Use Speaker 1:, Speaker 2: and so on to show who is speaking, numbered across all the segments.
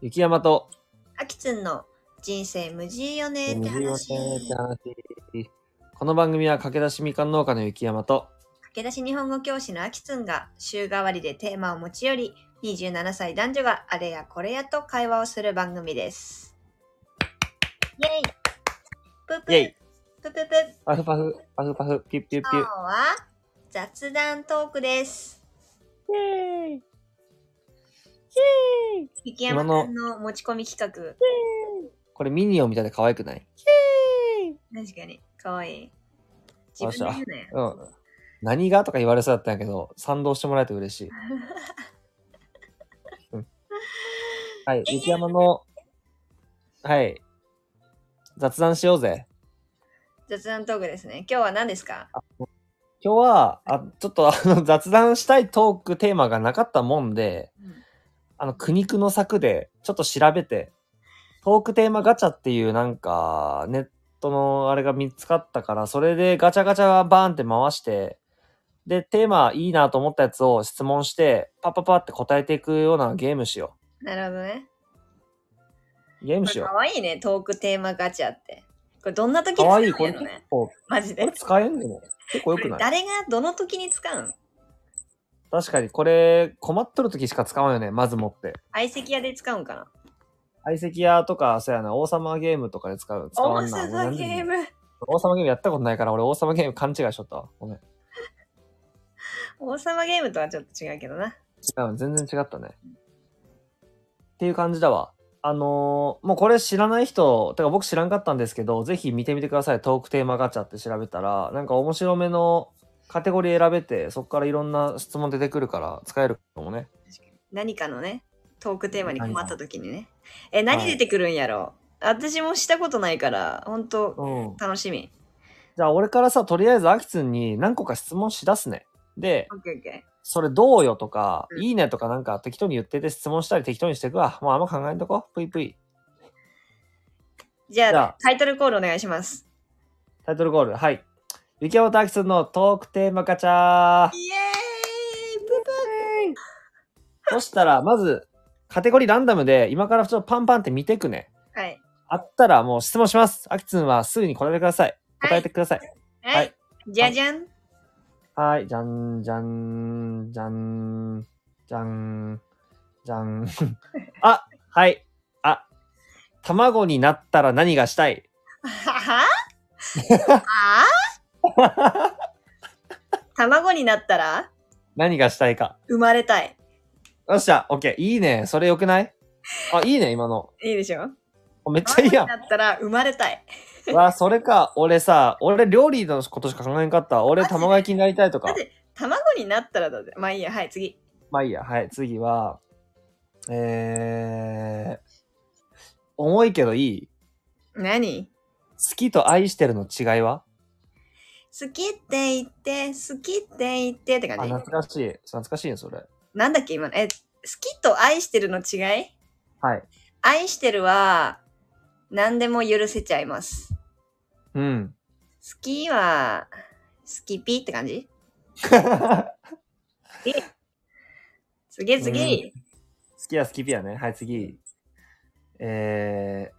Speaker 1: 雪山と
Speaker 2: あきつんの人生無事よねって
Speaker 1: 水を
Speaker 2: 話。
Speaker 1: ねって話この番組は駆け出しみかん農家の雪山と
Speaker 2: 駆け出し日本語教師のあきつんが週替わりでテーマを持ち寄り、27歳男女があれやこれやと会話をする番組です。イェイプープ
Speaker 1: イェイ
Speaker 2: プープープー
Speaker 1: パフパフパフパフピュッピュッピュ
Speaker 2: 今日は雑談トークです。雪山さんの持ち込み企画。
Speaker 1: これミニオンみたいで可愛くない
Speaker 2: 確かに、かわいい。自分で言う
Speaker 1: う
Speaker 2: なんよ。
Speaker 1: 何がとか言われそうだったんやけど賛同してもらえて嬉しい、うんはい雪山のはい雑談しようぜ
Speaker 2: 雑談トークですね。今日は何ですか
Speaker 1: 今日はあちょっとあの 雑談したいトークテーマがなかったもんであの苦肉の策でちょっと調べてトークテーマガチャっていうなんかネットのあれが見つかったからそれでガチャガチャバーンって回してでテーマいいなと思ったやつを質問してパッパッパって答えていくようなゲームしよ
Speaker 2: なるほどね。
Speaker 1: うゲーム
Speaker 2: こ
Speaker 1: し
Speaker 2: れ
Speaker 1: よ
Speaker 2: かわいいね、トークテーマガチャって。これどんな
Speaker 1: う
Speaker 2: 時
Speaker 1: か
Speaker 2: 使
Speaker 1: わ
Speaker 2: う
Speaker 1: い
Speaker 2: ん
Speaker 1: いこ
Speaker 2: や
Speaker 1: れ
Speaker 2: ろ
Speaker 1: 結
Speaker 2: ね。
Speaker 1: 構こ
Speaker 2: マジで
Speaker 1: れ。使えんの結構よくない
Speaker 2: 誰がどの時に使うん
Speaker 1: 確かにこれ困っとる時しか使わんよねまず持って
Speaker 2: 相席屋で使うんかな
Speaker 1: 相席屋とか、そうやな、王様ゲームとかで使う。使
Speaker 2: お
Speaker 1: わ
Speaker 2: ま
Speaker 1: んな。
Speaker 2: さ
Speaker 1: 俺
Speaker 2: の
Speaker 1: 何
Speaker 2: ゲ
Speaker 1: で
Speaker 2: ー
Speaker 1: も
Speaker 2: ム。
Speaker 1: 王様ゲームやったことないから、俺王様ゲーム勘違いしとったわ。ごめん。
Speaker 2: 王様ゲームとはちょっと違うけどな。
Speaker 1: うん全然違ったね。っていう感じだわ。あのーもうこれ知らない人、てか僕知らんかったんですけど、ぜひ見てみてください。トークテーマガチャって調べたら、なんか面白めのカテゴリー選べて、そこからいろんな質問出てくるから、使えるかもね。
Speaker 2: 何かのね、トークテーマに困った時にね。え、何出てくるんやろ、私もしたことないから、ほんと
Speaker 1: うん。
Speaker 2: 楽しみ。
Speaker 1: じゃあ俺からさ、とりあえずアキツンに何個か質問しだすね。で、
Speaker 2: オッケーオッケ
Speaker 1: それどうよとか、
Speaker 2: うん
Speaker 1: いいねとかなんか適当に言ってて質問したり適当にしていくわ。もうあんま考えんとこ。ぷいぷい。
Speaker 2: ー。じゃあ
Speaker 1: じゃあ
Speaker 2: タイトルコールお願いします。
Speaker 1: タイトルゴール。はい。雪山とあきつんのトークテーマガチャー。
Speaker 2: イエーイブブ
Speaker 1: そしたら、まず、カテゴリーランダムで、今からちょっとパンパンって見てくね。
Speaker 2: はい。
Speaker 1: あったらもう質問します。あきつんはすぐに答えてください。答えてください。
Speaker 2: はい。
Speaker 1: はい
Speaker 2: じゃじゃん。
Speaker 1: はい、じゃん、じゃん、じゃん、じゃん、じゃん。あ、はい。あ、卵になったら何がしたい
Speaker 2: ははあー卵になったら
Speaker 1: 何がしたいか。
Speaker 2: 生まれたい。
Speaker 1: よっしゃ、オッケー。いいね。それよくないあ、いいね、今の。
Speaker 2: いいでしょ
Speaker 1: めっちゃいいや
Speaker 2: 卵になったら生まれたい。
Speaker 1: ん。わ、それか。俺さ、俺料理のことしか考えんかった。俺卵焼きになりたいと
Speaker 2: だ
Speaker 1: か
Speaker 2: っ。て、卵になったらだぜ。まあいいや、はい、次。
Speaker 1: まあいいや。はい、次は。えー、重いけどいい
Speaker 2: 何
Speaker 1: 好きと愛してるの違いは
Speaker 2: 好きって言って、好きって言ってって
Speaker 1: あ、
Speaker 2: 感じ
Speaker 1: 懐。かしい。懐かしいね、それ。
Speaker 2: なんだっけ、今の。え、好きと愛してるの違い
Speaker 1: はい。
Speaker 2: 愛してるは、何でも許せちゃいます。
Speaker 1: うん。
Speaker 2: 好きは、好きピーって感じ
Speaker 1: 好
Speaker 2: 次次、
Speaker 1: きは好きピアね。はい、次。え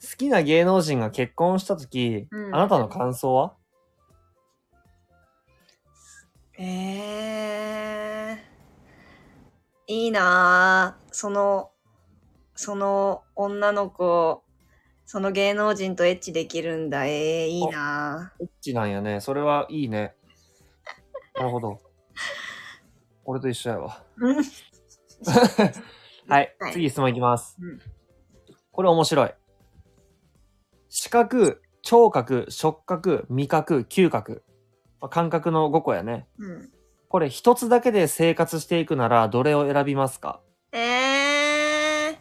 Speaker 1: ー、好きな芸能人が結婚したとき、
Speaker 2: うん
Speaker 1: あなたの感想は
Speaker 2: えー、いいなぁ。その、その女の子、その芸能人とエッチできるんだ。えー、いいなぁ。
Speaker 1: エッチなんやね。それはいいね。なるほど。俺と一緒やわ。
Speaker 2: うん
Speaker 1: はい
Speaker 2: は、い
Speaker 1: 次質問いきます。
Speaker 2: うん
Speaker 1: これ面白い。視覚、聴覚、触覚、味覚、嗅覚。まあ感覚の5個やね。
Speaker 2: うん
Speaker 1: これ一つだけで生活していくならどれを選びますか
Speaker 2: えー、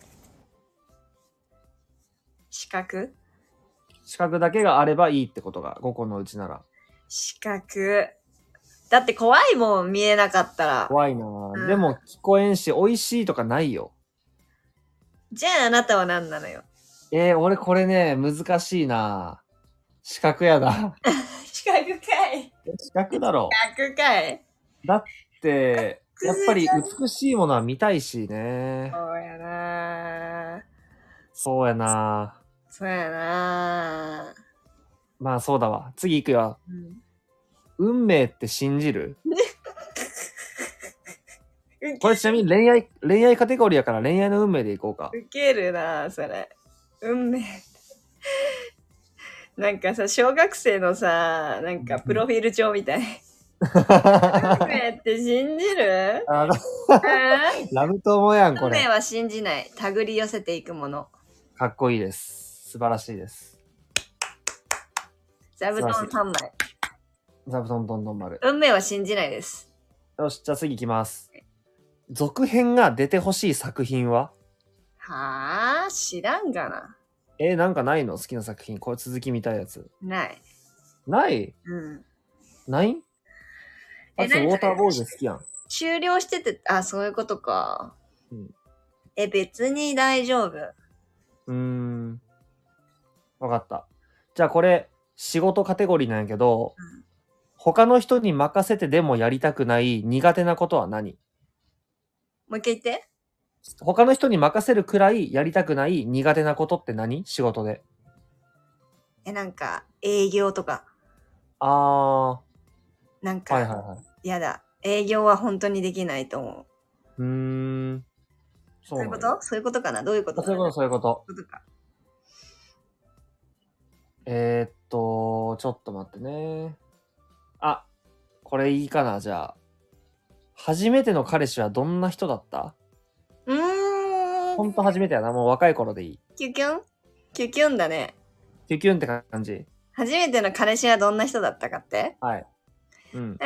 Speaker 2: 資格
Speaker 1: 視覚だけがあればいいってことが5個のうちなら。
Speaker 2: 資格。だって怖いもん見えなかったら。
Speaker 1: 怖いな
Speaker 2: う
Speaker 1: ぁ。
Speaker 2: ん
Speaker 1: でも聞こえんし、美味しいとかないよ。
Speaker 2: じゃああなたは何なのよ。
Speaker 1: えー、俺これね、難しいなぁ。視覚やだ。
Speaker 2: 資格かい。
Speaker 1: 資格だろ
Speaker 2: 資格かい。
Speaker 1: う。だって、やっぱり美しいものは見たいしね。
Speaker 2: そうやな
Speaker 1: そうやな。
Speaker 2: そうやな
Speaker 1: まあそうだわ。次行くよ。
Speaker 2: うん
Speaker 1: 運命って信じる
Speaker 2: ウ
Speaker 1: これちなみに恋愛、恋愛カテゴリーやから恋愛の運命でいこ うか。
Speaker 2: ウケるなそれ運命 なんかさ小学生のさなんかプロフィール帳 みたい運命って信じ る
Speaker 1: あ
Speaker 2: あ
Speaker 1: ラブ友やん、
Speaker 2: ー
Speaker 1: こ
Speaker 2: 運命
Speaker 1: れ。
Speaker 2: は信じない手繰り寄せていくもの
Speaker 1: かっこいいです。素晴らしいです。
Speaker 2: 座布団3枚
Speaker 1: 座布団どんどん丸。
Speaker 2: 運命は信じないです
Speaker 1: よし、じゃあ次行きます。続編が出てほしい作品は
Speaker 2: はあ知らんがな
Speaker 1: えーなんかないの好きな作品。これ続きみたいやつ。
Speaker 2: ない
Speaker 1: ない
Speaker 2: うん
Speaker 1: ないあ
Speaker 2: え
Speaker 1: いつウ
Speaker 2: 何
Speaker 1: ォーターボーイズ好きやん。
Speaker 2: 終了しててあそういうことか、
Speaker 1: うん
Speaker 2: え別に大丈夫
Speaker 1: うーん。わかった。じゃあこれ、仕事カテゴリーなんやけど、
Speaker 2: うん
Speaker 1: 他の人に任せてでもやりたくない苦手なことは何
Speaker 2: もう一回言って
Speaker 1: 他の人に任せるくらいやりたくない苦手なことって何仕事で。
Speaker 2: えなんか営業とか
Speaker 1: あー、は
Speaker 2: なん
Speaker 1: い
Speaker 2: か、
Speaker 1: はいはい。
Speaker 2: やだ営業は本当にできないと思う
Speaker 1: うーん。そ
Speaker 2: そうう
Speaker 1: ないん
Speaker 2: う
Speaker 1: や
Speaker 2: ことそういうことかなどういうこと
Speaker 1: そういうこと、そういうこと。
Speaker 2: そういうことか
Speaker 1: えー、っと、ちょっと待ってね。あ、これいいかな、じゃあ。初めての彼氏はどんな人だった
Speaker 2: うー
Speaker 1: ほ
Speaker 2: ん
Speaker 1: んと初めてやな、もう若い頃でいい。
Speaker 2: キュキュンキュキュンだね
Speaker 1: キュキュンって感じ。
Speaker 2: 初めての彼氏はどんな人だったかって
Speaker 1: はい。うん。
Speaker 2: えー、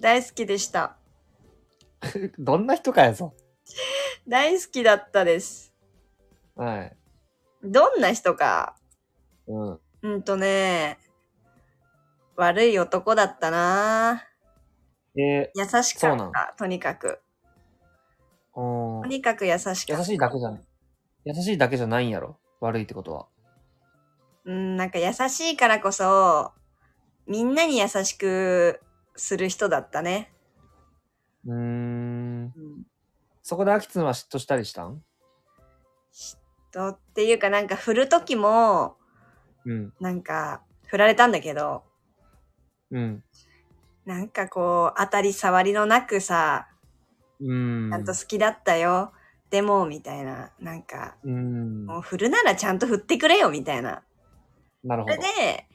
Speaker 2: 大好きでした
Speaker 1: どんな人かやぞ。
Speaker 2: 大好きだったです
Speaker 1: はい。
Speaker 2: どんな人か
Speaker 1: うん。
Speaker 2: うんとね悪い男だったな
Speaker 1: え
Speaker 2: 優し
Speaker 1: そ
Speaker 2: か
Speaker 1: うな
Speaker 2: っ
Speaker 1: の
Speaker 2: たとにかく
Speaker 1: ー、う
Speaker 2: と
Speaker 1: ん。
Speaker 2: にかく優しかった
Speaker 1: 優しいだけじゃん。優しいだけじゃないんやろ。悪いってことは。
Speaker 2: うん、なんか優しいからこそ、みんなに優しくする人だったね。
Speaker 1: うーん。そこでアキツンは嫉妬したりしたん
Speaker 2: とっていうかなんか振る時も、
Speaker 1: うん。
Speaker 2: なんか振られたんだけど、
Speaker 1: うん。
Speaker 2: なんかこう当たり障りのなくさ、
Speaker 1: うーん。
Speaker 2: ちゃんと好きだったよ、でもみたいな、なんか
Speaker 1: うーん。
Speaker 2: もう振るならちゃんと振ってくれよみたいな。
Speaker 1: なるほ
Speaker 2: それ
Speaker 1: ど。
Speaker 2: で、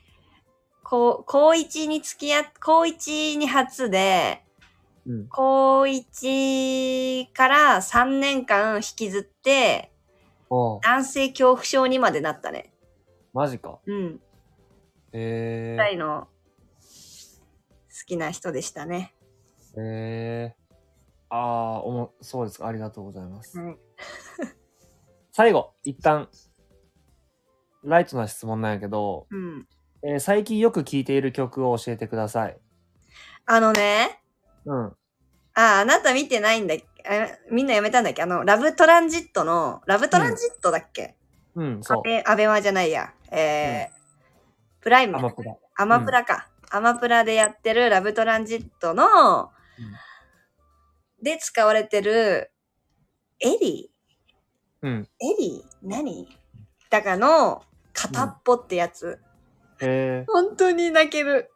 Speaker 2: こう、高一に付き合っ、高一に初で、
Speaker 1: うん。
Speaker 2: 高1から3年間引きずって
Speaker 1: おう
Speaker 2: 男性恐怖症にまでなったね。
Speaker 1: マジか。
Speaker 2: うん。
Speaker 1: え
Speaker 2: ぐ
Speaker 1: ー
Speaker 2: ら。いの好きな人でしたね。
Speaker 1: えー、ああ、おも、そうですか。ありがとうございます。
Speaker 2: はい
Speaker 1: 最後、一旦、ライトな質問なんやけど、
Speaker 2: うん。
Speaker 1: えー最近よく聴いている曲を教えてください。
Speaker 2: あのね、
Speaker 1: うん。
Speaker 2: あ、あなた見てないんだっけあみんなやめたんだっけあの、ラブトランジットの、ラブトランジットだっけ、
Speaker 1: うん、そ
Speaker 2: ア
Speaker 1: う。
Speaker 2: ベアベマじゃないや。えープライム
Speaker 1: アマプラ。
Speaker 2: アマプラか。アマプラでやってるラブトランジットの、で使われてる、エリ
Speaker 1: うん。
Speaker 2: ーエリー何だかの、片っぽってやつ。
Speaker 1: えー、
Speaker 2: 本当に泣ける。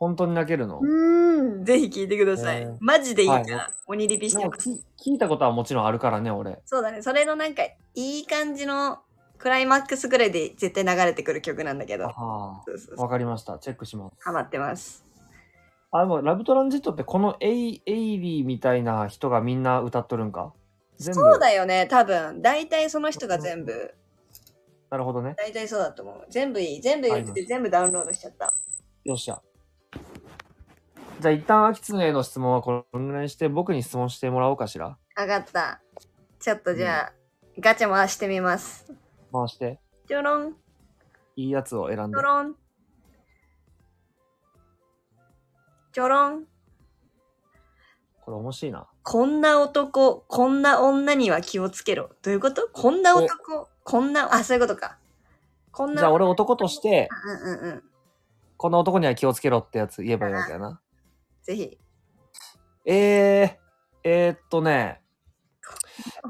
Speaker 1: 本当に泣けるの、
Speaker 2: うん。ぜひ聞いてください。
Speaker 1: へー
Speaker 2: マジでいいから、
Speaker 1: は
Speaker 2: 鬼リピし
Speaker 1: で
Speaker 2: て
Speaker 1: も
Speaker 2: ます。
Speaker 1: き聞いたことはもちろんあるからね、俺。
Speaker 2: そうだね。それのなんか、いい感じのクライマックスぐらいで絶対流れてくる曲なんだけど。
Speaker 1: あ
Speaker 2: そうそう
Speaker 1: あ、
Speaker 2: そう。
Speaker 1: わかりました。チェックします。
Speaker 2: ハマってます。
Speaker 1: あ、でも、ラブトランジットってこのエイ、エイリーみたいな人がみんな歌っとるんか全部。
Speaker 2: そうだよね、多分。大体その人が全部。
Speaker 1: なるほどね。
Speaker 2: 大体そうだと思う。全部いい。全部いいって言って全部ダウンロードしちゃった。
Speaker 1: よっしゃ。じゃあ一旦秋津への質問はこのぐらいにして僕に質問してもらおうかしら。
Speaker 2: 上がった。ちょっとじゃあ、ガチャ回してみます。
Speaker 1: 回して。
Speaker 2: ちょろん、ち
Speaker 1: いいやつを選んで
Speaker 2: ょ。ろん。ちょろん。
Speaker 1: これ面白いな。
Speaker 2: こんな男、こんな女には気をつけろ。どういうことこんな男、こんな、あ、そういうことか。こんな、
Speaker 1: じゃあ俺男として、
Speaker 2: うんうんうん。
Speaker 1: この男には気をつけろってやつ言えばいいわけやな。
Speaker 2: ぜひ。
Speaker 1: ええー、っとね、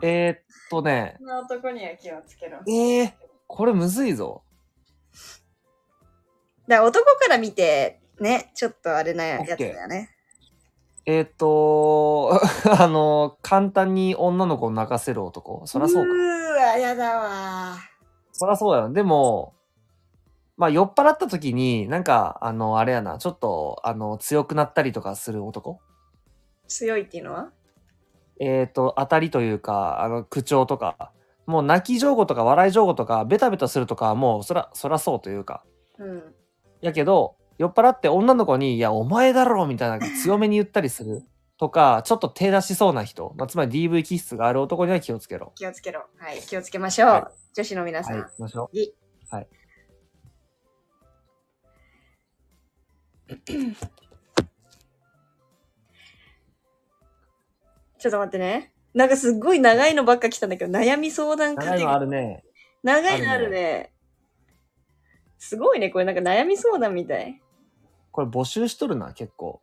Speaker 1: えー、っとね、
Speaker 3: そんな男には気をつけろ。
Speaker 1: ええこれむずいぞ。
Speaker 2: だから男から見て、ね、ちょっとあれなやつだよね。
Speaker 1: えー、っと、 あの、簡単に女の子を泣かせる男。そらそうか。
Speaker 2: ーわ、やだわ。
Speaker 1: そらそうやな。でも、まあ、酔っ払った時に、なんか、あの、あれやな、ちょっと、あの、強くなったりとかする男。
Speaker 2: 強いっていうのは
Speaker 1: えっ、と、当たりというか、あの、口調とか、もう泣き情報とか笑い情報とか、ベタベタするとかはもう、そら、そらそうというか。
Speaker 2: うん。
Speaker 1: やけど、酔っ払って女の子に、いや、お前だろみたいな強めに言ったりするとか、ちょっと手出しそうな人、まあ、つまり DV 気質がある男には気をつけろ。
Speaker 2: 気をつけろ。はい、気をつけましょう。
Speaker 1: は
Speaker 2: 女子の皆
Speaker 1: は
Speaker 2: さ
Speaker 1: い、
Speaker 2: ん。
Speaker 1: 行きましょう。
Speaker 2: ちょっと待ってね。なんかすっごい長いのばっか来たんだけど、悩み相談カ
Speaker 1: 長い
Speaker 2: テゴ
Speaker 1: の
Speaker 2: リ
Speaker 1: ある
Speaker 2: ー。
Speaker 1: ね。
Speaker 2: 長いのあ
Speaker 1: あ
Speaker 2: る
Speaker 1: るね
Speaker 2: ね。すごいね、これなんか悩み相談みたい。
Speaker 1: これ募集しとるな、結構。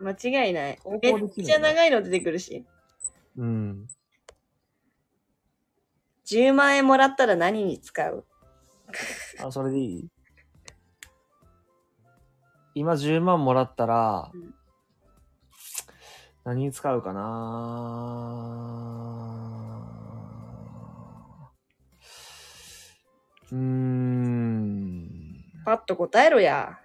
Speaker 2: 間違いない
Speaker 1: 投稿。で
Speaker 2: め
Speaker 1: き
Speaker 2: っ
Speaker 1: るよね
Speaker 2: ちゃ長いの出てくるし。
Speaker 1: うん。
Speaker 2: 10万円もらったら何に使う
Speaker 1: あ、それでいい今10万もらったら
Speaker 2: うん、
Speaker 1: 何に使うかなうーん。
Speaker 2: パッと答えろや。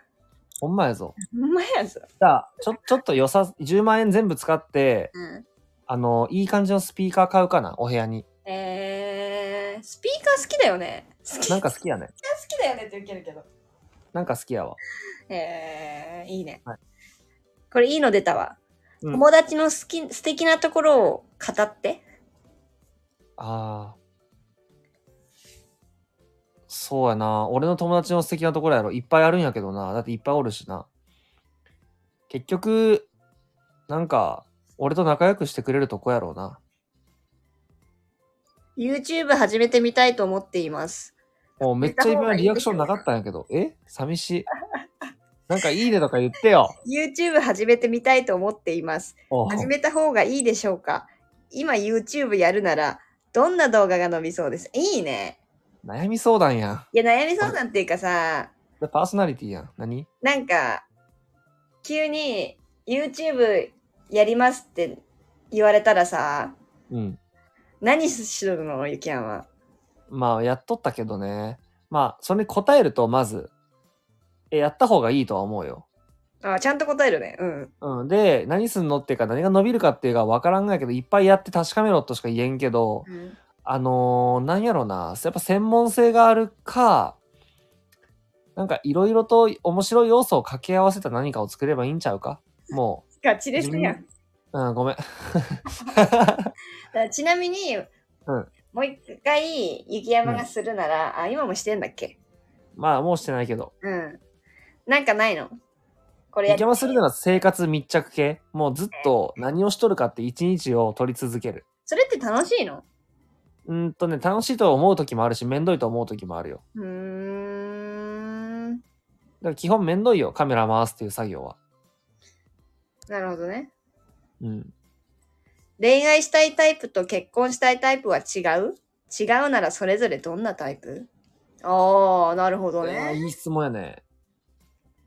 Speaker 1: ほんまやぞ。
Speaker 2: ほんまやぞ。
Speaker 1: じゃあ、ちょ、ちょっと良さ、10万円全部使って、
Speaker 2: うん。
Speaker 1: あの、いい感じのスピーカー買うかな、お部屋に。
Speaker 2: えー、スピーカー好きだよね。好き
Speaker 1: なんか好きやね。
Speaker 3: 好きだよねって受けるけど。
Speaker 1: なんか好きやわ。
Speaker 2: えー、いいね。
Speaker 1: は
Speaker 2: これいいの出たわ。
Speaker 1: うん
Speaker 2: 友達の好き、素敵なところを語って。
Speaker 1: ああ。そうやな。俺の友達の素敵なところやろ。いっぱいあるんやけどな。だっていっぱいおるしな。結局、なんか、俺と仲良くしてくれるとこやろうな。
Speaker 2: YouTube 始めてみたいと思っています。
Speaker 1: もうめっちゃ今リアクションなかったんやけど。え寂しい。なんかいいねとか言ってよ。
Speaker 2: YouTube 始めてみたいと思っています。
Speaker 1: おう
Speaker 2: 始めた方がいいでしょうか今 YouTube やるなら、どんな動画が伸びそうですいいね。
Speaker 1: 悩み相談やん
Speaker 2: いや、悩み相談っていうかさ、
Speaker 1: で。パーソナリティやん。何
Speaker 2: なんか、急に YouTube やりますって言われたらさ、
Speaker 1: うん。
Speaker 2: 何しろるのゆきやんは。
Speaker 1: まあ、やっとったけどね。まあ、それに答えると、まず、え、やった方がいいとは思うよ。
Speaker 2: あ、ちゃんと答えるね。うん。
Speaker 1: うん、で何すんのっていうか何が伸びるかっていうか分からんないけどいっぱいやって確かめろとしか言えんけど
Speaker 2: うん、
Speaker 1: あのー、なんやろなやっぱ専門性があるかなんかいろいろと面白い要素を掛け合わせた何かを作ればいいんちゃうかも
Speaker 2: ガチですやん。
Speaker 1: う、うん、ごめん
Speaker 2: だからちなみに、もう一回、雪山がするなら、あ、今もしてんだっけ
Speaker 1: まあもうしてないけど
Speaker 2: うん。なんかないのこれや
Speaker 1: いけまするなら生活密着系もうずっと何をしとるかって一日を取り続ける
Speaker 2: それって楽しいの
Speaker 1: うんとね楽しいと思う時もあるしめんどいと思う時もあるよ
Speaker 2: うーん。
Speaker 1: だから基本めんどいよカメラ回すっていう作業は
Speaker 2: なるほどね。
Speaker 1: うん
Speaker 2: 恋愛したいタイプと結婚したいタイプは違う違うならそれぞれどんなタイプああ、なるほど
Speaker 1: あー
Speaker 2: ね。
Speaker 1: いい質問やね。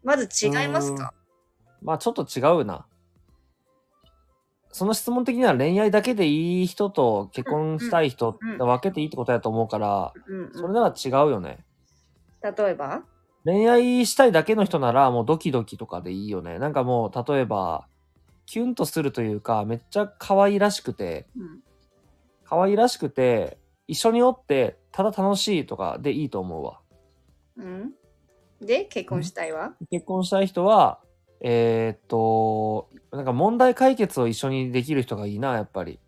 Speaker 2: まず違いますか
Speaker 1: まあちょっと違うな。その質問的には恋愛だけでいい人と結婚したい人って分けていいってことやと思うから、
Speaker 2: うん、
Speaker 1: それ
Speaker 2: うん。
Speaker 1: なら違うよね。
Speaker 2: 例えば
Speaker 1: 恋愛したいだけの人ならもうドキドキとかでいいよね。なんかもう例えば、キュンとするというか、めっちゃ可愛らしくて、
Speaker 2: うん。
Speaker 1: 可愛らしくて、一緒におって、ただ楽しいとかでいいと思うわ。
Speaker 2: うん。で、結婚したいは
Speaker 1: 結婚したい人は、えーっと、なんか問題解決を一緒にできる人がいいな、やっぱり。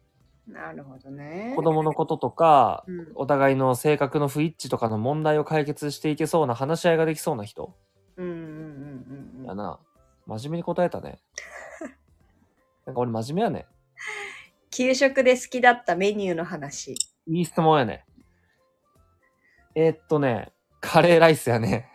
Speaker 2: なるほどね。
Speaker 1: 子供のこととか、
Speaker 2: うん。
Speaker 1: お互いの性格の不一致とかの問題を解決していけそうな話し合いができそうな人
Speaker 2: うんうんうんうんうん
Speaker 1: や。な。真面目に答えた ね。なんか俺真面目やね。
Speaker 2: 給食で好きだったメニューの話。
Speaker 1: いい質問やね。えーっとね、カレーライスやね。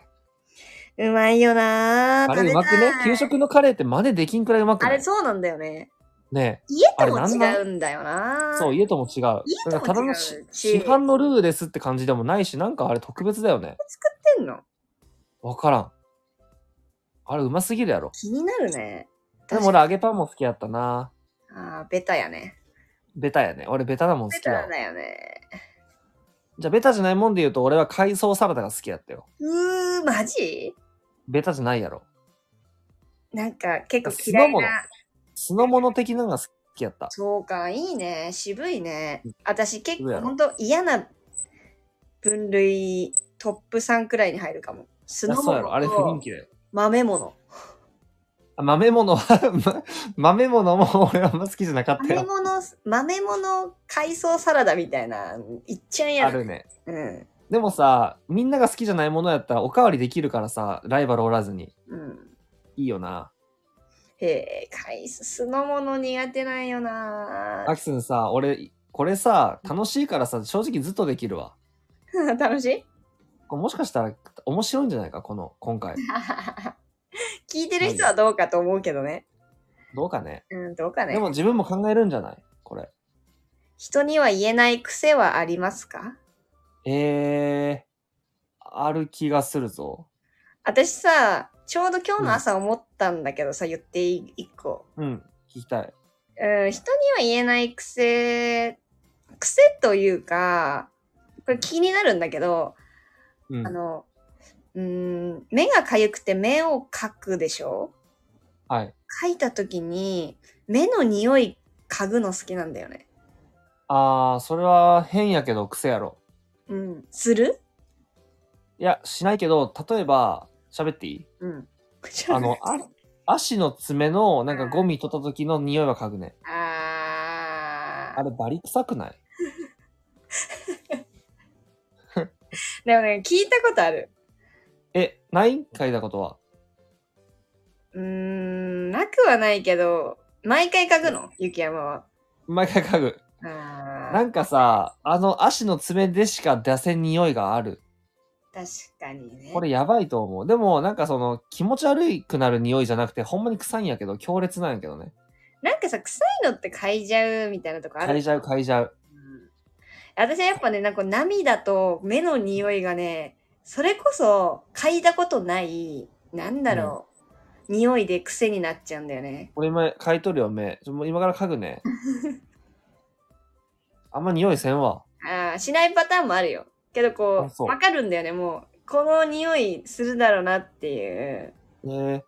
Speaker 2: うまいよな
Speaker 1: カレーうまくね
Speaker 2: 食べたい
Speaker 1: 給食のカレーって真似できんくらいうまく
Speaker 2: あ
Speaker 1: ない
Speaker 2: れそうなんだよね。
Speaker 1: ね
Speaker 2: 家とも
Speaker 1: あれなんだ
Speaker 2: 違うんだよな。
Speaker 1: そう、家とも違う。
Speaker 2: 家
Speaker 1: な
Speaker 2: と
Speaker 1: んか
Speaker 2: も違う
Speaker 1: ただのし
Speaker 2: し
Speaker 1: 市販のルーですって感じでもないし、なんかあれ特別だよね。
Speaker 2: 作ってんの
Speaker 1: わからん。あれうますぎるやろ。
Speaker 2: 気になるね。
Speaker 1: でも俺揚げパンも好きやったな。
Speaker 2: 確かにあーベタやね。
Speaker 1: ベタやね。俺ベタなもん好
Speaker 2: ベ
Speaker 1: きだ
Speaker 2: タ
Speaker 1: わ。
Speaker 2: だよね。
Speaker 1: じゃあベタじゃないもんで言うと俺は海藻サラダが好きやったよ。
Speaker 2: うー、マジ
Speaker 1: ベタじゃないやろ。
Speaker 2: なんか結構
Speaker 1: 酢
Speaker 2: 嫌
Speaker 1: の
Speaker 2: い
Speaker 1: 物
Speaker 2: な。
Speaker 1: 酢の物的なのが好きやった。
Speaker 2: そうか、いいね。渋いね。私結
Speaker 1: 渋いや
Speaker 2: 構
Speaker 1: ろ
Speaker 2: ほんと嫌な分類トップ3くらいに入るかも。酢
Speaker 1: いや
Speaker 2: の
Speaker 1: そう
Speaker 2: 物
Speaker 1: やろ。あれ不人
Speaker 2: と
Speaker 1: 気だよ。
Speaker 2: 豆物。
Speaker 1: あ豆物は、 ま豆物も俺はあんま好きじゃなかった
Speaker 2: 豆
Speaker 1: よ。
Speaker 2: 物、豆物海藻サラダみたいな、いっちゃんや
Speaker 1: あ
Speaker 2: る。
Speaker 1: るね。
Speaker 2: うん。
Speaker 1: でもさ、みんなが好きじゃないものやったらおかわりできるからさ、ライバルおらずに。
Speaker 2: うん。
Speaker 1: いいよな。
Speaker 2: へえ、海藻、酢の物苦手なんよな。
Speaker 1: アキスンさ、俺、これさ、楽しいからさ、正直ずっとできるわ。
Speaker 2: 楽しい
Speaker 1: これもしかしたら面白いんじゃないか、この、今 回。
Speaker 2: 聞いてる人はどうかと思うけどね。
Speaker 1: どうかね。
Speaker 2: うん、どうかね
Speaker 1: で。も自分も考えるんじゃないこれ。
Speaker 2: 人には言えない癖はありますか
Speaker 1: えー、ある気がするぞ。
Speaker 2: 私さ、ちょうど今日の朝思ったんだけどさ、言っていい一個。
Speaker 1: うん、聞きたい。
Speaker 2: うん、人には言えない癖、癖というか、これ気になるんだけど、
Speaker 1: うん
Speaker 2: あ。の、うん、目がかゆくて目をかくでしょ
Speaker 1: はい。
Speaker 2: 書いた時に目の匂い嗅ぐの好きなんだよね。
Speaker 1: あー、それは変やけど癖やろ。
Speaker 2: うん。する
Speaker 1: いや、しないけど、例えば、喋っていい
Speaker 2: うん。
Speaker 1: あの、あ足の爪の、なんかゴミ取った時の匂いは嗅ぐね。
Speaker 2: あ
Speaker 1: あ
Speaker 2: ー
Speaker 1: れ、バリ臭くない
Speaker 2: でもね、聞いたことある。
Speaker 1: え、ない嗅いだことは。
Speaker 2: うーん、なくはないけど、毎回嗅ぐの雪山は。
Speaker 1: 毎回嗅ぐ。な
Speaker 2: あー
Speaker 1: んかさ、あの足の爪でしか出せん匂いがある。
Speaker 2: 確かにね。
Speaker 1: これやばいと思う。でもなんかその気持ち悪くなる匂いじゃなくて、ほんまに臭いんやけど、強烈なんやけどね。
Speaker 2: なんかさ、臭いのって嗅いじゃうみたいなとこあ
Speaker 1: 嗅
Speaker 2: る。
Speaker 1: いじゃう嗅いじゃう。
Speaker 2: うん私はやっぱね、なんか涙と目の匂いがね、それこそ嗅いだことない、なんだろう、匂いで癖になっちゃうんだよね。
Speaker 1: 俺今嗅いとるよ、目。ちょもう今から嗅ぐね。 あんま匂いせんわ。
Speaker 2: あーしないパターンもあるよ。けどこ
Speaker 1: あ
Speaker 2: う、
Speaker 1: そう
Speaker 2: わかるんだよね、もう。この匂いするだろうなっていう。
Speaker 1: えー、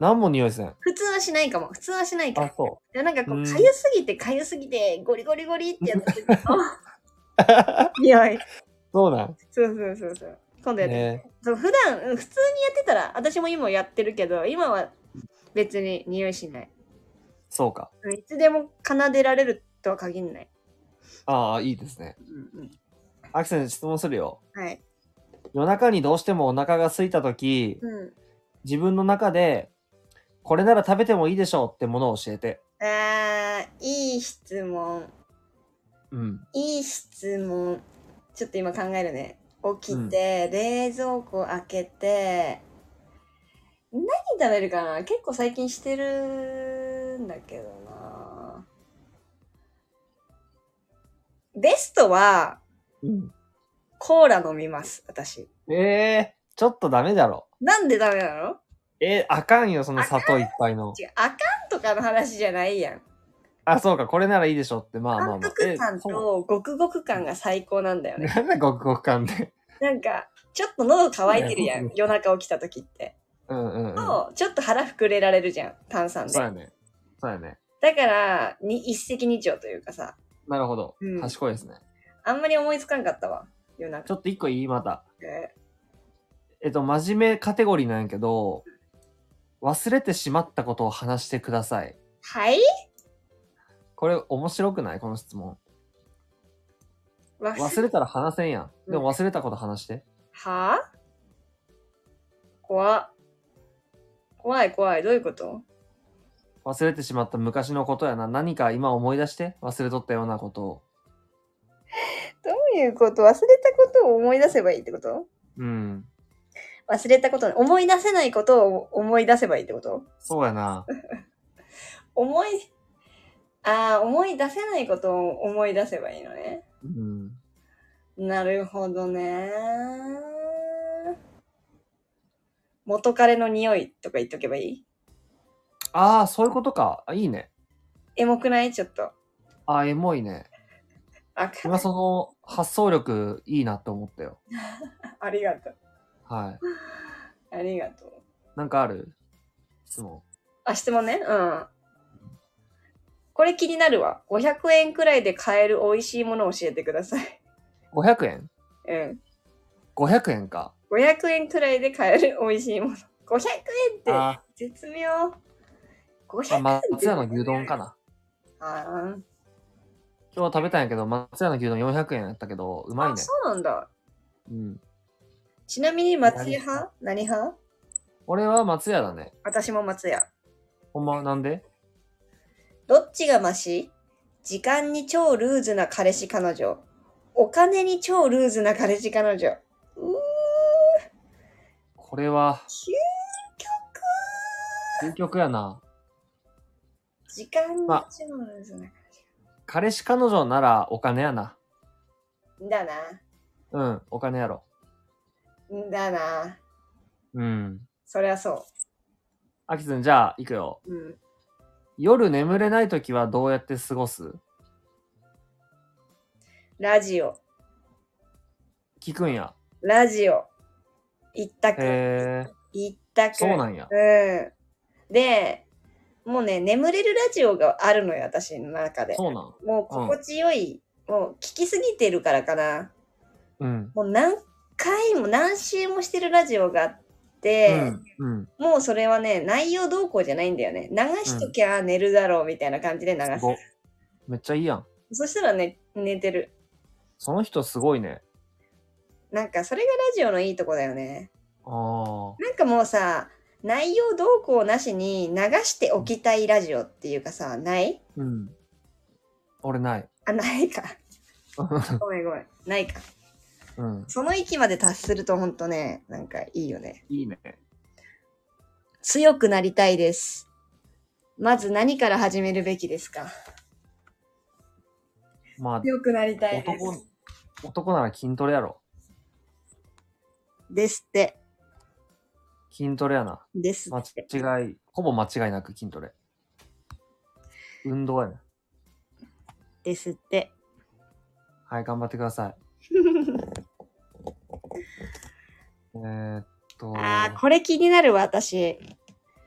Speaker 1: 何も匂いせん。
Speaker 2: 普通はしないかも。普通はしないか
Speaker 1: あ
Speaker 2: も。、
Speaker 1: そ
Speaker 2: でもなんかこ
Speaker 1: う
Speaker 2: う、
Speaker 1: ん
Speaker 2: かゆすぎてかゆすぎて、ゴリゴリゴリってやった時の 匂い。
Speaker 1: う。そうなん。
Speaker 2: そうそうそうそう。今度やって、
Speaker 1: ね
Speaker 2: そう普段、うん普通にやってたら、私も今やってるけど、今は別に匂いしない。
Speaker 1: そうか。
Speaker 2: うんいつでも奏でられるとは限らない。
Speaker 1: ああ、いいですね。
Speaker 2: うんうん
Speaker 1: アキさん質問するよ。
Speaker 2: はい。
Speaker 1: 夜中にどうしてもお腹が空いたとき、
Speaker 2: うん。
Speaker 1: 自分の中で、これなら食べてもいいでしょうってものを教えて。
Speaker 2: あー、いい質問。
Speaker 1: うん。
Speaker 2: いい質問。ちょっと今考えるね。起きて、冷蔵庫開けて、何食べるかな結構最近してるんだけどな。ベストは、
Speaker 1: うん。
Speaker 2: コーラ飲みます、私。
Speaker 1: ええちょっとダメだろ。
Speaker 2: なんでダメなの
Speaker 1: えーあかんよ、その砂糖いっぱいの。
Speaker 2: 違う、あかんとかの話じゃないやん。
Speaker 1: あ、そうか、これならいいでしょって、まあまあ
Speaker 2: 満
Speaker 1: まあ。
Speaker 2: 腹感
Speaker 1: えそ
Speaker 2: とごくごく感が最高なんだよ
Speaker 1: う
Speaker 2: ね。
Speaker 1: なんだ、ごくごく感で。
Speaker 2: なんか、ちょっと喉乾いてるやん、夜中起きた時って。
Speaker 1: うんうんうん。
Speaker 2: と、ちょっと腹膨れられるじゃん炭酸で
Speaker 1: そうやね。そうやね。
Speaker 2: だからに一石二鳥というかさ
Speaker 1: なるほど
Speaker 2: うん。
Speaker 1: 賢いですね。
Speaker 2: あんまり思いつかんかったわ夜中
Speaker 1: ちょっと一個いい、また。
Speaker 2: え
Speaker 1: えっと、真面目カテゴリーなんやけど、忘れてしまったことを話してください。
Speaker 2: はい
Speaker 1: これ面白くないこの質問。
Speaker 2: 忘
Speaker 1: 忘れたら話せんやん。でも忘れたこと話して。
Speaker 2: はあ怖っ怖い怖いどういうこと
Speaker 1: 忘れてしまった昔のことやな。何か今思い出して忘れとったようなことを。
Speaker 2: どういうこと忘れたことを思い出せばいいってこと
Speaker 1: うん。
Speaker 2: 忘れたこと思い出せないことを思い出せばいいってこと
Speaker 1: そうやな。
Speaker 2: 思いああ、思い出せないことを思い出せばいいのね。
Speaker 1: うん。
Speaker 2: なるほどね。元彼の匂いとか言っとけばいい
Speaker 1: ああ、そういうことか。あいいね。
Speaker 2: エモくないちょっと。
Speaker 1: ああ、エモいね。
Speaker 2: あ、
Speaker 1: 今その発想力いいなって思ったよ。
Speaker 2: ありがとう。
Speaker 1: はい。
Speaker 2: ありがとう。
Speaker 1: なんかある質問。
Speaker 2: あ、質問ね。うん。これ気になるわ。500円くらいで買える美味しいものを教えてください。
Speaker 1: 500円
Speaker 2: うん。
Speaker 1: ?500 円か。
Speaker 2: 500円くらいで買える美味しいもの。500円って
Speaker 1: あ
Speaker 2: 絶妙。500
Speaker 1: ー、
Speaker 2: 円
Speaker 1: ま
Speaker 2: って
Speaker 1: 松屋の牛丼かな。
Speaker 2: あー
Speaker 1: 今日食べたんやけど、松屋の牛丼400円やったけど、うまい
Speaker 2: あ
Speaker 1: ね。
Speaker 2: そうなんだ。
Speaker 1: うん。
Speaker 2: ちなみに松屋派何派
Speaker 1: 俺は松屋だね。
Speaker 2: 私も松屋。
Speaker 1: ほんま、なんで
Speaker 2: どっちがマシ時間に超ルーズな彼氏彼女。お金に超ルーズな彼氏彼女。うー
Speaker 1: これは、
Speaker 2: 究極
Speaker 1: 究極やな。
Speaker 2: 時間に
Speaker 1: ま
Speaker 2: 超ルーズな
Speaker 1: 彼氏彼女ならお金やな。
Speaker 2: だな。
Speaker 1: うん、お金やろ。
Speaker 2: だな。
Speaker 1: うん。
Speaker 2: そりゃそ
Speaker 1: あきつん、じゃあ、行くよ。
Speaker 2: う。うん。
Speaker 1: 夜眠れないときはどうやって過ごす
Speaker 2: ラジオ。
Speaker 1: 聞くんや。
Speaker 2: ラジオ。一択。
Speaker 1: へえ、
Speaker 2: 一択。
Speaker 1: そうなんや。
Speaker 2: うん。で、もうね、眠れるラジオがあるのよ、私の中で。
Speaker 1: そうなん。
Speaker 2: もう心地よい。もう聞きすぎてるからかな。
Speaker 1: うん。
Speaker 2: もう何回も何周もしてるラジオがあっ
Speaker 1: う
Speaker 2: て、
Speaker 1: ん。うん。
Speaker 2: もうそれはね、内容どうこうじゃないんだよね。流しときゃ寝るだろうみたいな感じで流
Speaker 1: す
Speaker 2: す。
Speaker 1: ご。めっちゃいいやん。
Speaker 2: そしたらね、寝てる。
Speaker 1: その人すごいね。
Speaker 2: なんかそれがラジオのいいとこだよね。
Speaker 1: ああ。
Speaker 2: なんかもうさ、内容どうこうなしに流しておきたいラジオっていうかさ、ない
Speaker 1: うん。俺ない。
Speaker 2: あ、ない か。ごめんごめん。ないか。
Speaker 1: うん。
Speaker 2: その域まで達するとほんとね、なんかいいよね。
Speaker 1: いいね。
Speaker 2: 強くなりたいです。まず何から始めるべきですか
Speaker 1: まあ、
Speaker 3: 強くなりたいで
Speaker 1: 男
Speaker 3: す。、
Speaker 1: 男なら筋トレやろ。
Speaker 2: ですって。
Speaker 1: 筋トレやな。
Speaker 2: です
Speaker 1: 間
Speaker 2: って。
Speaker 1: 違い、ほぼ間違いなく筋トレ。運動やね。
Speaker 2: ですって。
Speaker 1: はい、頑張ってくださ い。えーっと、
Speaker 2: ああ、これ気になるわ、私。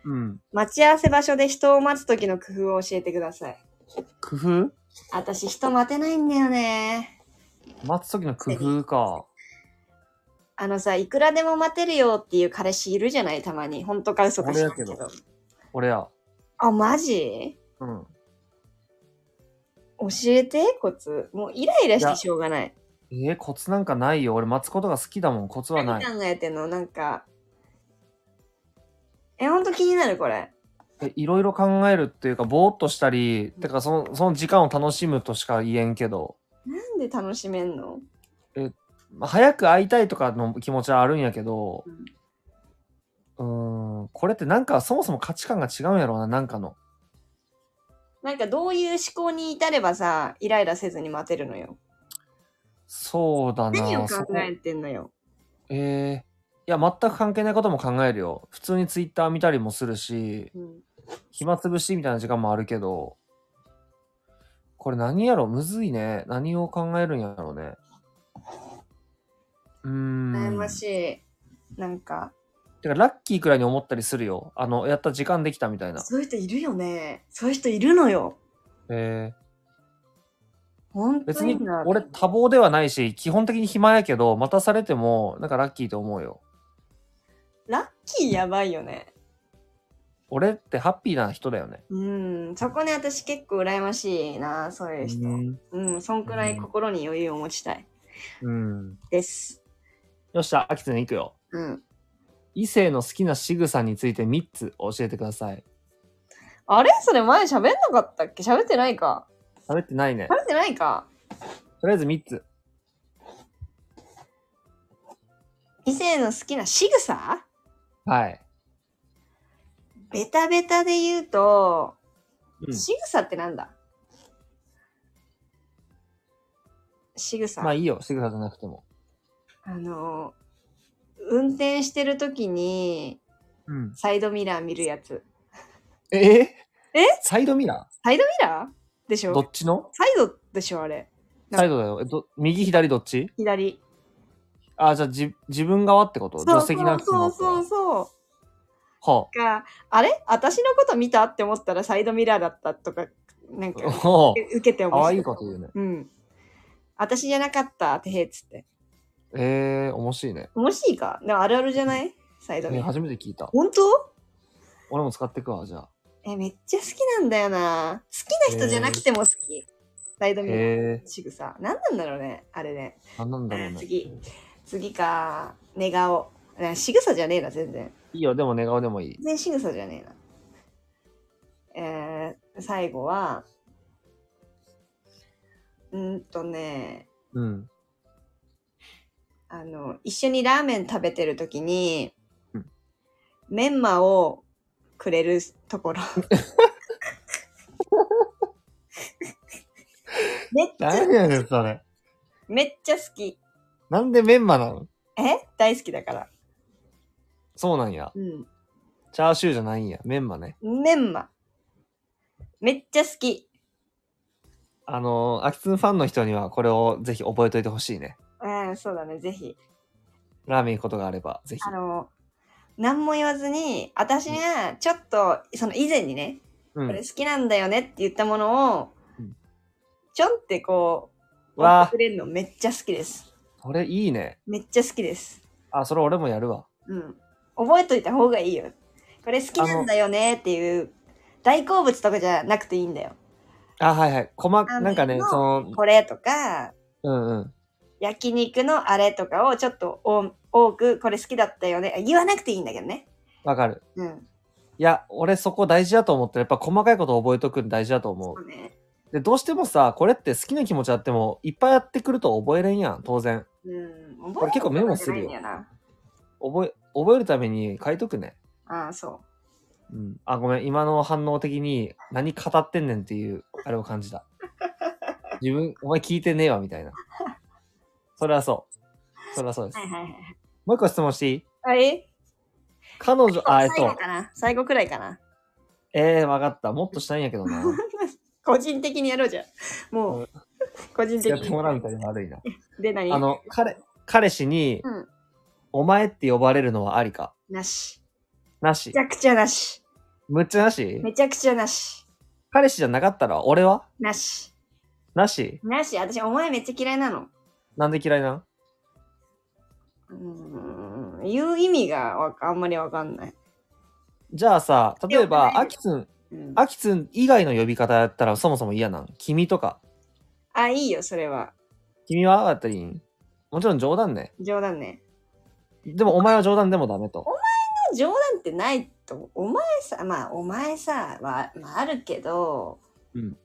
Speaker 1: うん。
Speaker 2: 待ち合わせ場所で人を待つ時の工夫を教えてください。
Speaker 1: 工夫
Speaker 2: 私人待てないんだよね。
Speaker 1: 待つ時の工夫か。
Speaker 2: あのさ、いくらでも待てるよっていう彼氏いるじゃないたまに。本当か嘘か知らんけ
Speaker 1: 俺
Speaker 2: ど。
Speaker 1: 俺や。
Speaker 2: あ、マジ
Speaker 1: うん。
Speaker 2: 教えて、コツ。もうイライラしてしょうがない。
Speaker 1: えー、コツなんかないよ。俺待つことが好きだもん。コツはな
Speaker 2: 何
Speaker 1: い。
Speaker 2: 考えてんのなんか。え、ほんと気になるこれ。
Speaker 1: えいろいろ考えるっていうか、ぼーっとしたり、てかその、その時間を楽しむとしか言えんけど、
Speaker 2: なんで楽しめんの
Speaker 1: まあ、早く会いたいとかの気持ちはあるんやけど
Speaker 2: うん、
Speaker 1: うーん、これってなんかそもそも価値観が違うんやろうな、なんかの。
Speaker 2: なんかどういう思考に至ればさ、イライラせずに待てるのよ。
Speaker 1: そうだな。
Speaker 2: 何を考
Speaker 1: そこ
Speaker 2: えてんのよ。
Speaker 1: えー、いや、全く関係ないことも考えるよ。普通にツイッター見たりもするし、
Speaker 2: うん
Speaker 1: 暇つぶしみたいな時間もあるけど、これ何やろむずいね。何を考えるんやろうね。うー
Speaker 2: 悩
Speaker 1: ん。
Speaker 2: ましい。なんか、
Speaker 1: てか、ラッキーくらいに思ったりするよ。あの、やった時間できたみたいな。
Speaker 2: そういう人いるよね。そういう人いるのよ。
Speaker 1: え
Speaker 2: 本
Speaker 1: ー、
Speaker 2: 当
Speaker 1: 別に
Speaker 2: いいな、
Speaker 1: 俺多忙ではないし、基本的に暇やけど、待たされても、なんかラッキーと思うよ。
Speaker 2: ラッキーやばいよね。
Speaker 1: 俺ってハッピーな人だよね。
Speaker 2: うん、そこね、私結構羨ましいな、そういう
Speaker 1: う
Speaker 2: 人。
Speaker 1: ん
Speaker 2: うん、そんくらい心に余裕を持ちたい。
Speaker 1: うん。
Speaker 2: です。
Speaker 1: よっしゃ、秋田に行くよ。
Speaker 2: うん。
Speaker 1: 異性の好きな仕草について3つ教えてください。
Speaker 2: あれそれ前喋んなかったっけ喋ってないか。
Speaker 1: 喋ってないね。
Speaker 2: 喋ってないか。
Speaker 1: とりあえず3つ。
Speaker 2: 異性の好きな仕草
Speaker 1: はい。
Speaker 2: ベタベタで言うと、
Speaker 1: うん
Speaker 2: 仕草ってなんだ仕草、
Speaker 1: まあいいよ、仕草じゃなくても。
Speaker 2: あの運転してる時に
Speaker 1: うん。
Speaker 2: サイドミラー見るやつ
Speaker 1: ええ
Speaker 2: え
Speaker 1: サイドミラ
Speaker 2: サイドミラーでし
Speaker 1: ーど
Speaker 2: ょ
Speaker 1: っちの
Speaker 2: サイドでしょあれ
Speaker 1: サイドだよ。えど右左どっち
Speaker 2: 左
Speaker 1: あ、じゃあじ自分側ってこと助手席なくて
Speaker 2: そうそうそう
Speaker 1: は
Speaker 2: そう
Speaker 1: あ
Speaker 2: があれ私のこと見たって思ったらサイドミラーだったとかなんか
Speaker 1: おお、
Speaker 2: 受けて
Speaker 1: か
Speaker 2: 面
Speaker 1: わ
Speaker 2: 白
Speaker 1: いいこと言うね。
Speaker 2: うん私じゃなかったってへーっつって
Speaker 1: ええ面白いね。
Speaker 2: 面白いかでもあるあるじゃないサイドミ
Speaker 1: ね
Speaker 2: ラー
Speaker 1: 初めて聞いた。
Speaker 2: 本当
Speaker 1: 俺も使ってくわ、じゃあ。
Speaker 2: えめっちゃ好きなんだよな好きな人じゃなくても好き、サイドミラー
Speaker 1: ええ
Speaker 2: 仕草何なんだろうねあれね
Speaker 1: 何なんだろうね。
Speaker 2: 次次か寝顔あ仕草じゃねえな全然
Speaker 1: いいよ、でも寝顔でもいい。
Speaker 2: 全然仕草じゃねえなえー、最後はうーんとね
Speaker 1: うん。
Speaker 2: あの一緒にラーメン食べてる時に、
Speaker 1: うん
Speaker 2: メンマをくれる ところめっちゃ
Speaker 1: 何やねん、それ。
Speaker 2: めっちゃ好き
Speaker 1: なんでメンマなの
Speaker 2: え大好きだから
Speaker 1: そうなんや。
Speaker 2: うん
Speaker 1: チャーシューじゃないんや。メンマね。
Speaker 2: メンマ。めっちゃ好き。
Speaker 1: あのー、アキツンファンの人にはこれをぜひ覚えといてほしいね。
Speaker 2: うん、そうだね、ぜひ。
Speaker 1: ラーメン行くことがあれば、ぜひ
Speaker 2: あ。の、何も言わずに、私がちょっと、その以前にね、
Speaker 1: うん
Speaker 2: これ。好きなんだよねって言ったものを
Speaker 1: うん、
Speaker 2: ちょんってこう、
Speaker 1: わあ
Speaker 2: 送って、くれるのめっちゃ好きです。
Speaker 1: これいいね。
Speaker 2: めっちゃ好きです。
Speaker 1: あ、それ俺もやるわ。
Speaker 2: うん。覚えといた方がいいよ。これ好きなんだよねっていう、大好物とかじゃなくていいんだよ。
Speaker 1: あ、はいはい。細か、
Speaker 2: ラーメンの
Speaker 1: なんかね、その、
Speaker 2: これとか、
Speaker 1: うんうん。
Speaker 2: 焼肉のあれとかをちょっとお多くこれ好きだったよねあ言わなくていいんだけどね
Speaker 1: わかる。
Speaker 2: うん
Speaker 1: いや、俺そこ大事だと思ってる。やっぱ細かいこと覚えとくの大事だと
Speaker 2: そ
Speaker 1: 思う。
Speaker 2: うね
Speaker 1: で、どうしてもさ、これって好きな気持ちあっても、いっぱいやってくると覚えれんやん、当然。
Speaker 2: うん
Speaker 1: これ結構メモするよ
Speaker 2: 覚えなきゃいけないんだ
Speaker 1: 覚え、覚えるために書いとくね。
Speaker 2: よなああそ
Speaker 1: うん。あ、ごめん。今の反応的に、何語ってんねんっていう、あれを感じ た。自分、お前聞いてねえわ、みたいな。それはそう。それはそうで
Speaker 2: う
Speaker 1: す。
Speaker 2: はいはいはい
Speaker 1: もう一個質問していい
Speaker 2: あえ
Speaker 1: 彼女、あ、えっ
Speaker 2: 最後
Speaker 1: と、
Speaker 2: かな最後くらいかな
Speaker 1: えー、わかった。もっとしたいんやけ どな。
Speaker 2: 個人的にやろうじゃんも
Speaker 1: う
Speaker 2: う個人的
Speaker 1: やってもらうみ
Speaker 2: に
Speaker 1: たいなの悪いな。
Speaker 2: で何
Speaker 1: あの、彼、彼氏に、
Speaker 2: うん
Speaker 1: お前って呼ばれるのはありか
Speaker 2: なし
Speaker 1: なし
Speaker 2: めちゃくちゃなし
Speaker 1: むっちゃなし
Speaker 2: めちゃくちゃなし
Speaker 1: 彼氏じゃなかったら俺は
Speaker 2: なし
Speaker 1: なし
Speaker 2: なし私お前めっちゃ嫌いなの
Speaker 1: なんで嫌いなん
Speaker 2: うーん言う意味がわかあんまりわかんない、
Speaker 1: じゃあさ、例え
Speaker 2: いや
Speaker 1: ば、
Speaker 2: ない
Speaker 1: アキツン、
Speaker 2: うん、
Speaker 1: アキツン以外の呼び方やったらそもそも嫌なん君とか。
Speaker 2: あいいよそれは
Speaker 1: 君はあったりんもちろん冗談ね。
Speaker 2: 冗談ね
Speaker 1: でもお前は冗談でもダメと。
Speaker 2: 冗談ってないとお前さまあお前さは、まあ、あるけど、
Speaker 1: うん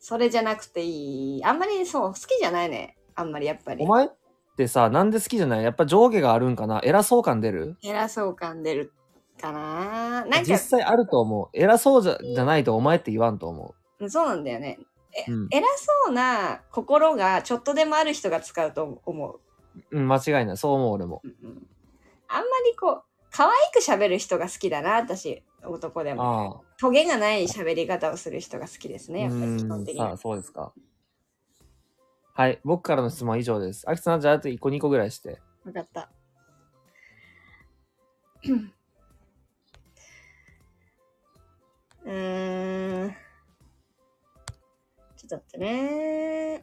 Speaker 2: それじゃなくていいあんまりそう好きじゃないねあんまりやっぱり
Speaker 1: お前ってさ、なんで好きじゃないやっぱ上下があるんかな偉そう感出る
Speaker 2: 偉そう感出るかななんか
Speaker 1: 実際あると思う。偉そうじゃじゃないとお前って言わんと思
Speaker 2: そうなんだよね
Speaker 1: う。うん
Speaker 2: 偉そうな心がちょっとでもある人が使うと思う、
Speaker 1: うん、間違いない。そう思う俺も。
Speaker 2: うんうんあんまりこう可愛く喋る人が好きだな私男で
Speaker 1: あ
Speaker 2: も
Speaker 1: あ。
Speaker 2: トゲがない喋り方をする人が好きですねやっぱり基本的
Speaker 1: うーん
Speaker 2: に
Speaker 1: さあ、そうですか。はい、僕からの質問は以上です。あきさん、じゃああと1個2個ぐらいして。
Speaker 2: 分かった。 うーん。ちょっと待ってねん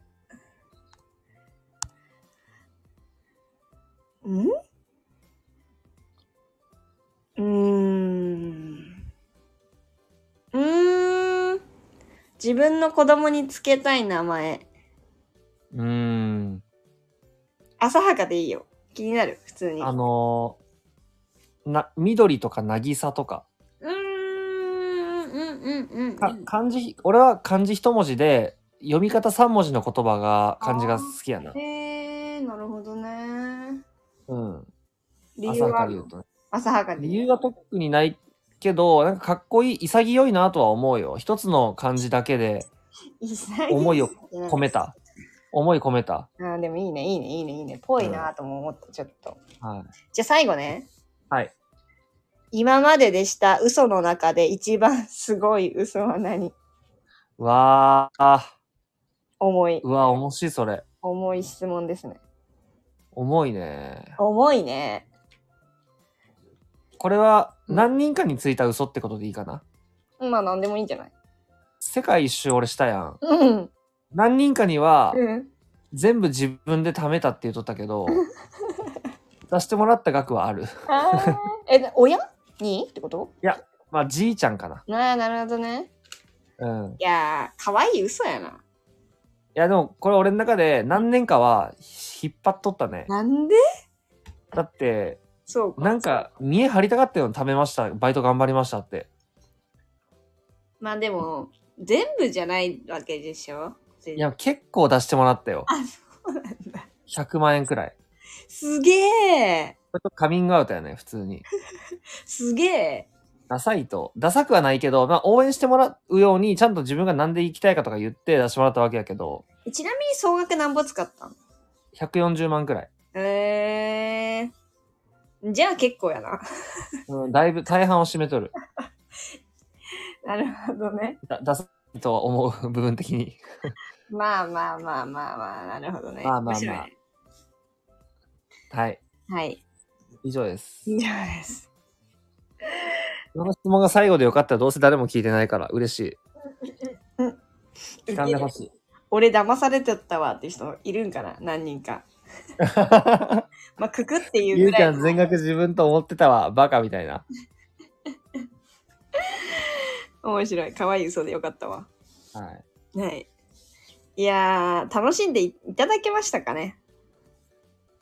Speaker 2: うーん。うーん。自分の子供につけたい名前。
Speaker 1: うーん。
Speaker 2: 浅はかでいいよ。気になる、普通に。
Speaker 1: あのー、な、緑とか渚とか。
Speaker 2: うーんうんうんうんうん。
Speaker 1: か漢字、俺は漢字一文字で、読み方3文字の言葉が、漢字が好きやな。
Speaker 2: へえー、なるほどね。
Speaker 1: うん。
Speaker 2: 理由
Speaker 1: 朝か
Speaker 2: は
Speaker 1: ら言うとね。
Speaker 2: 浅はかで
Speaker 1: 理由は特にないけど、なんかかっこいい、潔いなとは思うよ。一つの漢字だけで
Speaker 2: 潔い
Speaker 1: 思いを込めた。思い込めた。
Speaker 2: あーでもいいね、いいね、いいね、いいね。ぽいなとも思った、ちょっと。
Speaker 1: はい。
Speaker 2: じゃあ最後ね。
Speaker 1: はい。
Speaker 2: 今まででした嘘の中で一番すごい嘘は何
Speaker 1: わあ、、
Speaker 2: 重いう
Speaker 1: わ、重しい、それ。
Speaker 2: 重い質問ですね。
Speaker 1: 重いね。
Speaker 2: 重いね。
Speaker 1: これは
Speaker 2: うん
Speaker 1: 何人かについた嘘ってことでいいかな。
Speaker 2: まあ何でもいいんじゃない
Speaker 1: 世界一周俺したやん。
Speaker 2: うん。
Speaker 1: 何人かには
Speaker 2: うん。
Speaker 1: 全部自分で貯めたって言っとったけ ど、出してもらった額はある。
Speaker 2: あーえ、親にってこと
Speaker 1: まあ、じいちゃんかな。
Speaker 2: なあ、なるほどね。
Speaker 1: うん。い
Speaker 2: いやー、可愛い嘘やな。
Speaker 1: や、でも、これ俺の中で何年かは引っ張っとったね。
Speaker 2: なんで
Speaker 1: だって、
Speaker 2: そう
Speaker 1: なんか、見え張りたかったよ。貯めました。バイト頑張りましたって。
Speaker 2: まあでも、全部じゃないわけでしょ
Speaker 1: いや、結構出してもらったよ。100万円くらい。
Speaker 2: すげえ
Speaker 1: これとカミングアウトやね、普通に。
Speaker 2: すげえ
Speaker 1: ダサいと。ダサくはないけど、まあ、応援してもらうように、ちゃんと自分がなんで行きたいかとか言って出してもらったわけやけど、
Speaker 2: ちなみに総額なんぼ使ったの
Speaker 1: 140万くらい。
Speaker 2: へえー。じゃあ結構やな。
Speaker 1: うん、だいぶ、大半を占めとる。
Speaker 2: なるほどね。
Speaker 1: だダサいとは思う、部分的に。
Speaker 2: まあまあまあまあまあ、なるほどね。
Speaker 1: まあまあまあ
Speaker 2: 面白いね
Speaker 1: はい。
Speaker 2: はい。
Speaker 1: 以上です。
Speaker 2: 以上です。
Speaker 1: この質問が最後でよかったらどうせ誰も聞いてないから嬉しい。聞かんでほしい。
Speaker 2: 俺騙されてったわって人いるんかな何人 か。まあ、くくっていう
Speaker 1: ゆ
Speaker 2: ぐ
Speaker 1: うち
Speaker 2: ら
Speaker 1: ゃ
Speaker 2: い
Speaker 1: ん
Speaker 2: の。
Speaker 1: 全額自分と思ってたわ。バカみたいな。
Speaker 2: 面白い。可愛い嘘でよかったわ。
Speaker 1: はい。
Speaker 2: はい。いやー、楽しんでいいただけましたかね。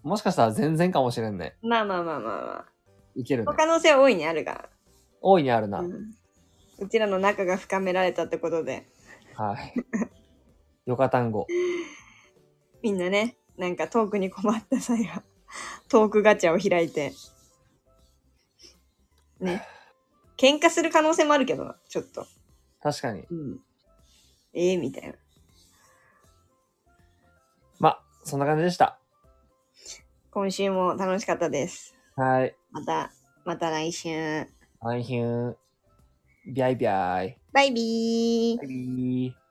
Speaker 1: もしかしたら全然かもしれんね。
Speaker 2: まあまあまあまあまあ。
Speaker 1: いけるね
Speaker 2: 可。能性は大いにあるが。
Speaker 1: 大いにあるな。
Speaker 2: うんうちらの仲が深められたってことで、
Speaker 1: はい。よか単語。
Speaker 2: みんなね、なんかトークに困った際は、 トークガチャを開いて、ね、喧嘩する可能性もあるけどな、ちょっと。
Speaker 1: 確かに。
Speaker 2: うん、ええみたいな。
Speaker 1: まあ、そんな感じでした。
Speaker 2: 今週も楽しかったです。
Speaker 1: はい。
Speaker 2: また、また来週。
Speaker 1: アンヒュン。ビャイビャイ。
Speaker 2: バイビー。
Speaker 1: ビー。